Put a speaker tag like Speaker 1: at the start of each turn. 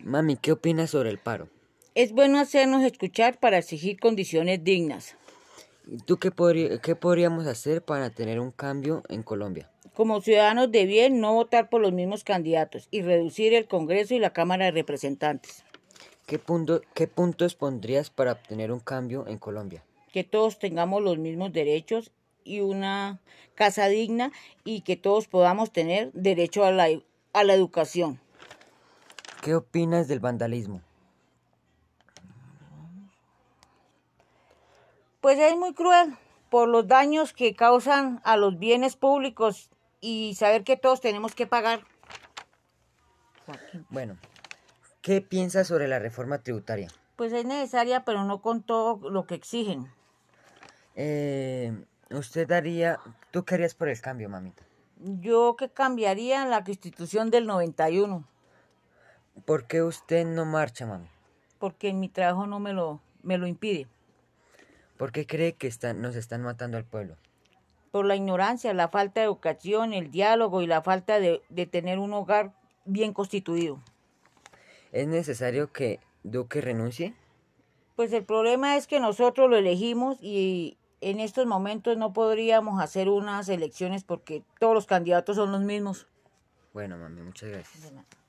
Speaker 1: Mami, ¿qué opinas sobre el paro?
Speaker 2: Es bueno hacernos escuchar para exigir condiciones dignas.
Speaker 1: ¿Y tú qué, podri- qué podríamos hacer para tener un cambio en Colombia?
Speaker 2: Como ciudadanos de bien, no votar por los mismos candidatos y reducir el Congreso y la Cámara de Representantes.
Speaker 1: ¿Qué, punto- qué puntos pondrías para obtener un cambio en Colombia?
Speaker 2: Que todos tengamos los mismos derechos y una casa digna y que todos podamos tener derecho a la, e, a la educación.
Speaker 1: ¿Qué opinas del vandalismo?
Speaker 2: Pues es muy cruel por los daños que causan a los bienes públicos y saber que todos tenemos que pagar.
Speaker 1: Bueno, ¿qué piensas sobre la reforma tributaria?
Speaker 2: Pues es necesaria, pero no con todo lo que exigen.
Speaker 1: Eh, usted daría, ¿tú qué harías por el cambio, mamita?
Speaker 2: Yo que cambiaría la constitución del 91,
Speaker 1: ¿Por qué usted no marcha, mami?
Speaker 2: porque en mi trabajo no me lo, me lo impide.
Speaker 1: ¿Por qué cree que están- nos están matando al pueblo?
Speaker 2: Por la ignorancia, la falta de educación, el diálogo y la falta de, de tener un hogar bien constituido.
Speaker 1: ¿Es necesario que Duque renuncie?
Speaker 2: Pues el problema es que nosotros lo elegimos y en estos momentos no podríamos hacer unas elecciones porque todos los candidatos son los mismos.
Speaker 1: Bueno, mami, muchas gracias.